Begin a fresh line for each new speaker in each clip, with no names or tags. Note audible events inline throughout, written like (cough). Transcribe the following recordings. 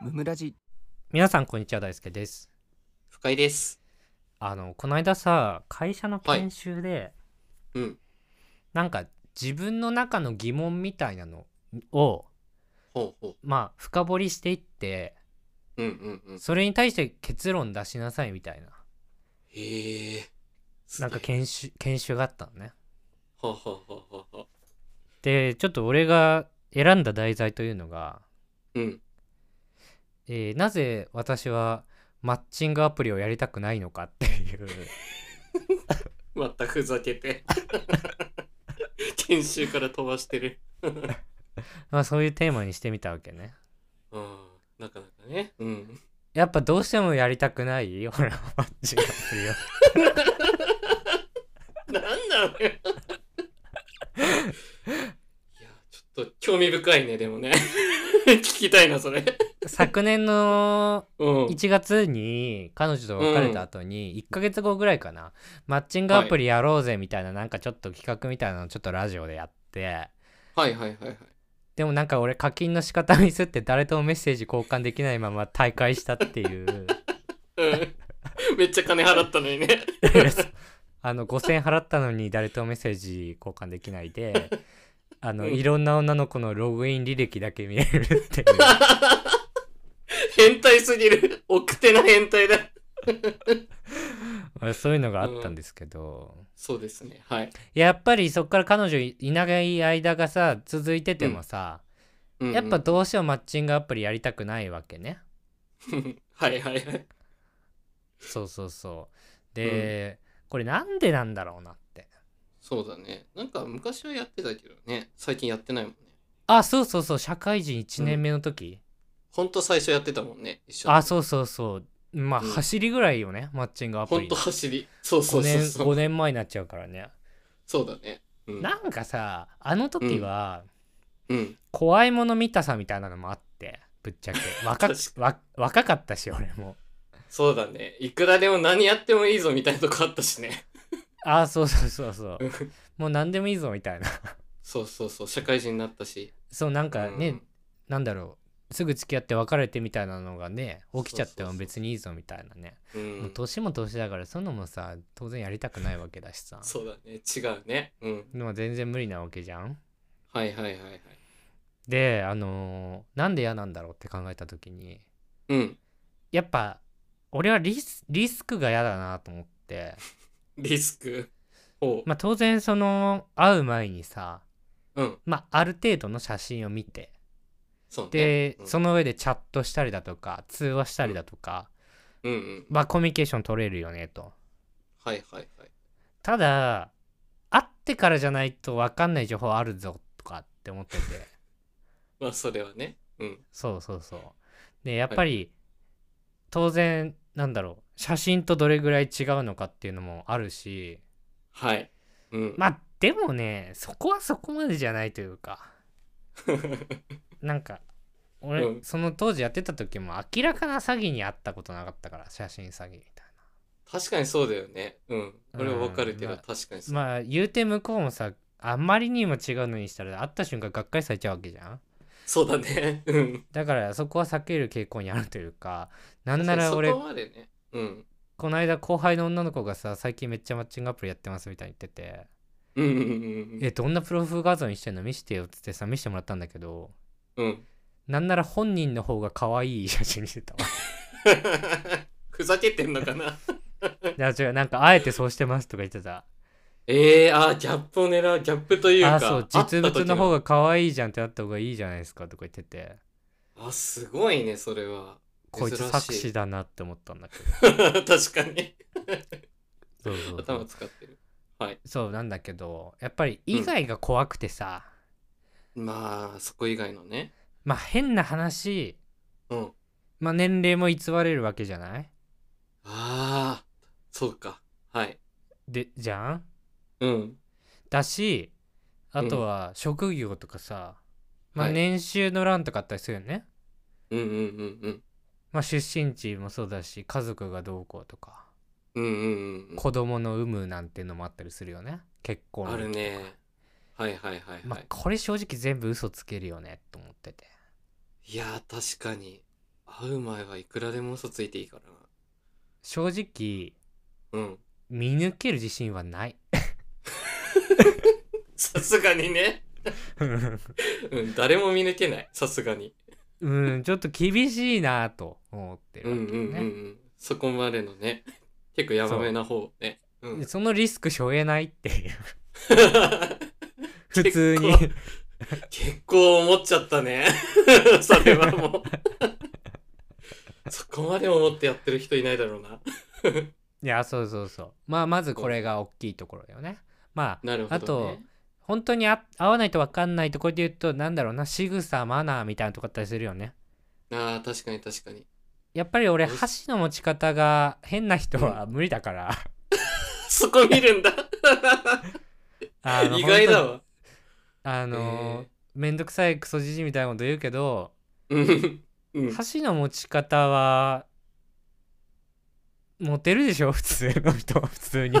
ムラジ
皆さんこんにちは大輔です
深井です。
あのこの間さ会社の研修で、
うん。
なんか自分の中の疑問みたいなのを
ほうほ
まあ深掘りしていって
う。うんうんうん。
それに対して結論出しなさいみたいな
へえ。す
なんか研修研修があったのね
ほうほうほうほうほ
でちょっと俺が選んだ題材というのが、
う。うん。
えーなぜ私はマッチングアプリをやりたくないのかっていう
(laughs) またふざけて。研修から飛ばしてる。
まあそういうテーマにしてみたわけね
うん。なかなかね。うん。
やっぱどうしてもやりたくないようなマッチングアプリ
な
を
んなのよ。いや、ちょっと興味深いね、でもね。聞きたいな、それ。
昨年の
うん。
1月に彼女と別れた後に1ヶ月後ぐらいかなマッチングアプリやろうぜみたいななんかちょっと企画みたいなのをちょっとラジオでやって
はいはいはいはい。
でもなんか俺課金の仕方ミスって誰ともメッセージ交換できないまま退会したっていう (laughs)
うん。めっちゃ金払ったのにね。
あの5,000円払ったのに誰ともメッセージ交換できないであの
うん
いろんな女の子のログイン履歴だけ見える
(laughs)
っていう
変態すぎる。奥手な変態だ。
まあそういうのがあったんですけど。
そうですね。はい。
やっぱりそっから彼女いない間がさ続いててもさ、
うんうん
やっぱどうしてもマッチングアプリやりたくないわけね
(laughs) はいはいはい。
そうそうそうで、これなんでなんだろうなって
そうだね。なんか昔はやってたけどね。最近やってないもんね。
あそうそうそう社会人1年目の時、
ほんと最初やってたもんね。一緒
あ
う。
そうそうそうまあ、
うん
走りぐらいよねマッチングアプ
ほ
リ
んと走り。そうそ
5
うそう
年
そ
5
う。
年前になっちゃうからね
そうだね。うん。
なんかさあの時は、
うん。
怖いもの見たさみたいなのもあってぶっちゃけ
(laughs)
若
確
わ若かったし俺も
そうだね。いくらでも何やってもいいぞみたいなとこあったし
(laughs)
ね。
あそうそうそうそう
うん
もう何でもいいぞみたいな
そうそうそう。社会人になったし。
そうなんかね、
うん
なんだろうすぐ付き合って別れてみたいなのがね起きちゃっても
そうそうそう
別にいいぞみたいなね
う。
もうん年も年だからそういうのもさ当然やりたくないわけだしさ
そうだね。違うね。うん。
でも全然無理なわけじゃん
はいはいはいはい。
であのーなんで嫌なんだろうって考えた時に
うん。
やっぱ俺はリスリスクが嫌だなと思って
リスク。ほ
まあ当然その会う前にさ
う。うん。
まあある程度の写真を見て
そうね。
で、
うん
その上でチャットしたりだとか通話したりだとか、
うんうん。
まあコミュニケーション取れるよねと。
はいはいはい。
ただ、会ってからじゃないと分かんない情報あるぞとかって思って
(laughs)
て。
まあそれはね。うん。
そうそうそう。で、やっぱり、当然、なんだろう、写真とどれぐらい違うのかっていうのもあるし、
はい。うん。
まあでもね、そこはそこまでじゃないというか、
(laughs)
なんか、俺、
うん
その当時やってた時も明らかな詐欺にあったことなかったから、写真詐欺みたいな。
確かにそうだよね。うん。俺はわかるけ
うん
ど、
ま
確かにそう。
まあ言うて向こうもさあんまりにも違うのにしたら会った瞬間がっかりされちゃうわけじゃん
そうだね。 (laughs) うん。
だからそこは避ける傾向にあるという
(laughs)
かなんなら
確かに
俺
そこまでね。うん。
この間後輩の女の子がさ最近めっちゃマッチングアプリやってますみたいに言ってて、
うんうんうん
えどんなプロフ画像にしてんの見してよっつってさ見してもらったんだけど
うん。うん。 (laughs)
なんなら本人の方が可愛い写真にしてたわ (laughs)
ふざけてんのかな
いや違うなんかあえてそうしてますとか言ってた
ええー、あー、ギャップを狙う、ギャップというか。
あそう
会
実
った
物
時
の方。が可愛いじゃんってなった方がいいじゃないですかとか言ってて
あ、すごいね、それは。
こいつ
珍しい
作詞だなって思ったんだけど
(laughs) 確かに。
そうそうそ
(laughs)
う
頭使ってる。はい。
そうなんだけどやっぱり以外が怖くてさ、
まあ、そこ以外のね。
まあ変な話、
うん。
まあ、年齢も偽れるわけじゃない
ああ、そうか。はい。
でじゃん
うん。
だしあとは職業とかさ、まあ、
はい
年収の欄とかあったりするよね、
うんうんうんうん。
まあ、出身地もそうだし家族がどうこうとか
うんうんうんうん。
子供の産むなんてのもあったりするよね結婚
あるね。はいはいはいはい。
まあこれ正直全部嘘つけるよねと思ってて
いやー確かに。会う前はいくらでも嘘ついていいから
正直
なうん
見抜ける自信
(laughs)
はない
さすがにね、うん、誰も見抜けないさすがに
うんちょっと厳しいなと思ってる
う
わ
ん
け
う
よね、
んうんうんそこまでのね結構やばめな方ねう
で
ん
そのリスク背負えないっていう普
結構
通に
(laughs) 結構思っちゃったね (laughs) それはも
(laughs)
うそこまで思ってやってる人いないだろうない
やそうそうそうまあまずこれが大きいところだよねまあ
なるほど、ね、
あと本当にあ合わないと分かんないところで言うとなんだろうな仕草マナーみたいなとこあったりするよね
あー確かに確かに
やっぱり俺
よし
箸の持ち方が変な人は無理だ
(laughs)
から、
そこ見るんだ
あの
意外だ
本
わ
当にあの
へえ
めんどくさいクソじじみたいなこと言うけど、
うんうん
箸の持ち方は持てるでしょ普通の人普通に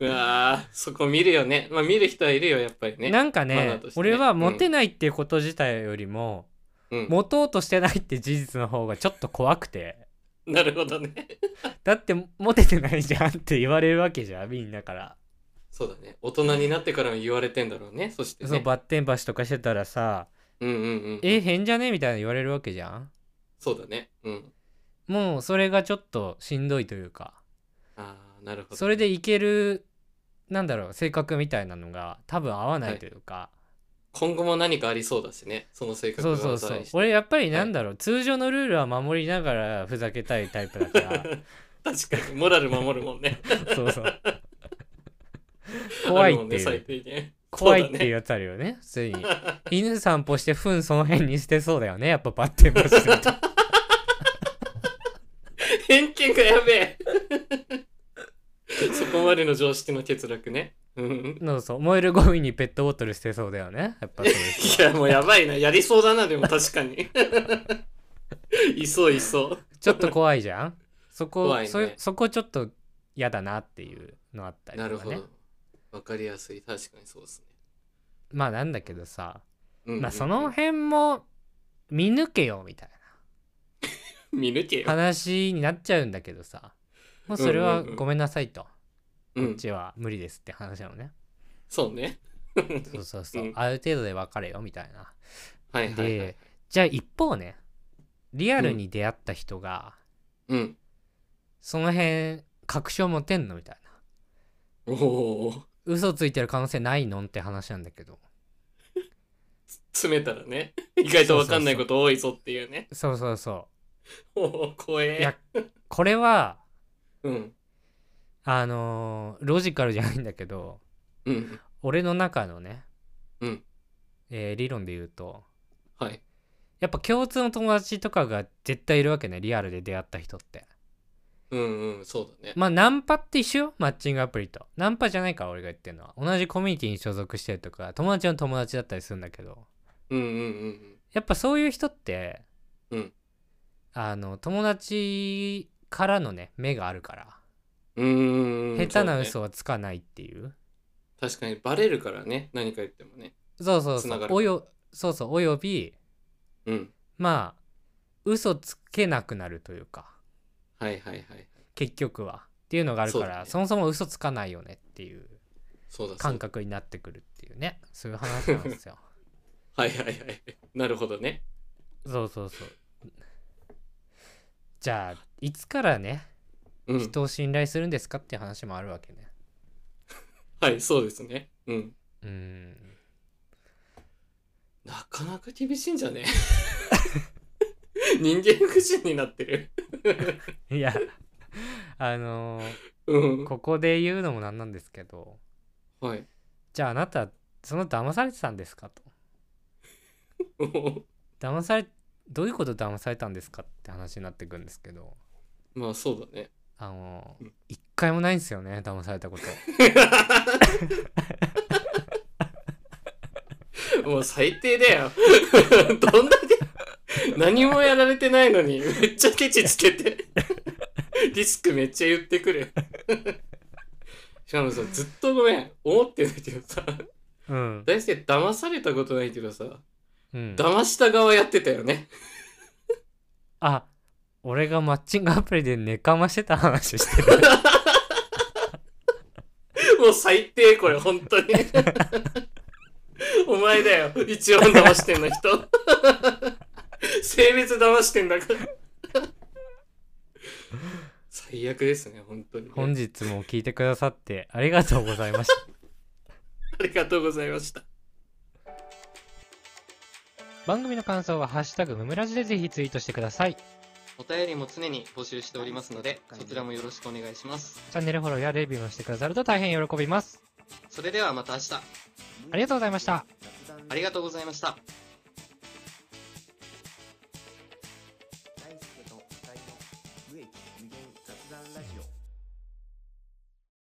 うわーそこ見るよねまあ見る人はいるよやっぱり (laughs) ね
なんか
マナー
ね
としてね
俺は持てないっていうこと自体よりも、
うん
持とうとしてないって事実の方がちょっと怖くて
なるほどね (laughs)
だってモテてないじゃんって言われるわけじゃんみんなから、
そうだね大人になってからも言われてんだろうねそしてね
そうバッテン橋とかしてたらさ
うんうんうん
「え変じゃね?」みたいな言われるわけじゃん
そうだねうん
もうそれがちょっとしんどいというか
ああなるほどね、
それでいけるなんだろう性格みたいなのが多分合わないというか、
今後も何かありそうだしねその性格
そう
が
そうそう
話題
俺やっぱりなんだろう、通常のルールは守りながらふざけたいタイプだから
(laughs) 確かにモラル守るもんね
そうそう (laughs) 怖
ある
いっていう
もんね最低ね
怖いってい
う
うやつあるよね普通に犬散歩して糞その辺に捨てそうだよねやっぱバッテ
(laughs)
ンバスすると
偏見がやべえ (laughs) そこまでの常識の欠落ねうん
そうそう燃えるゴミにペットボトル捨てそうだよねやっぱそういう人
いやもうやばいなやりそうだなでも確かに (laughs) いそういそう
ちょっと怖いじゃんそこ、
怖いね
そそこちょっと嫌だなっていうのあったりと
な
か、ね、
るほどわかりやすい確かにそうですね
まあなんだけどさ、
うんうんうん
まあその辺も見抜けよみたい
見抜け
な
よ、
話になっちゃうんだけどさもうそれ
う
は
んうんうん
ごめんなさいと、こ
う
っ
ん、
ちは無理ですって話なのね、
そうね
そうそうそう、
うん
ある程度で別れよみたいな
はいはいはい
でじゃあ一方ねリアルに出会った人が、
うん
その辺確証持てんのみたいな
おお
嘘ついてる可能性ないのんって話なんだけど
詰めたらね意外とわかんないこと多いぞっていうね
そうそうそ
おお怖
ういや
え
これは
うん
あのーロジカルじゃないんだけど
うん
俺の中のね、
うん
えー理論で言うと
はい
やっぱ共通の友達とかが絶対いるわけねリアルで出会った人って
うんうんそうだね
まあナンパって一緒よマッチングアプリとナンパじゃないから俺が言ってるのは同じコミュニティに所属してるとか友達の友達だったりするんだけど
うんうんうん
やっぱそういう人って、
うん
あの友達からのね目があるから、
うんうんうん
下手な
そう
嘘はつかないっていう
ね確かにバレるからね何か言ってもね
そうそう
つ
そ
な
う
がる
およそうそうおよび
うん
まあ嘘つけなくなるというか
はいはいはい
結局はっていうのがあるか
そ
ら
う
そ,、
だね
もそも嘘つかないよねっていう
そうだそうだ
感覚になってくるっていうねそういう話なんです
(laughs)
よ
はいはいはいなるほどね
そうそうそうじゃあいつからね
うん
人を信頼するんですかっていう話もあるわけね
はいそうですねうん
うん
なかなか厳しいんじゃね (laughs) 人間不信になってる
いや (laughs) あのー
うん
ここで言うのもなんなんですけど
はい (laughs)
じゃああなたその騙されてたんですかと
うん
騙されどういうこと騙されたんですかって話になってくるんですけど
まあそうだね (laughs)
あの
うん
一回もないんですよね騙された (laughs) こと
もう最低だよ (laughs) どんだけ何もやられてないのにめっちゃケチつけてリスクめっちゃ言ってくるしかもさずっとごめん思ってんだけどさ
うん
大輔騙されたことないけどさ
うん、
騙した側やってたよね。
あ俺がマッチングアプリで寝かましてた話して (laughs) る
もう最低これ、本当に。お前だよ。一応騙してんの人。性別騙してんだから。最悪ですね、本当に。
本日も聞いてくださってありがとうございました
ありがとうございました。
(laughs) 番組の感想は「ハッシュタグムムラジ」でぜひツイートしてくださいチ
お便りも常に募集しておりますので、そちらもよろしくお願いします。
ャンネルフォローやレビューもしてくださると大変喜びます
それではまた明日、
ありがとうございました
ありがとうございました。
大輔と二人の無益無限雑談ラジオ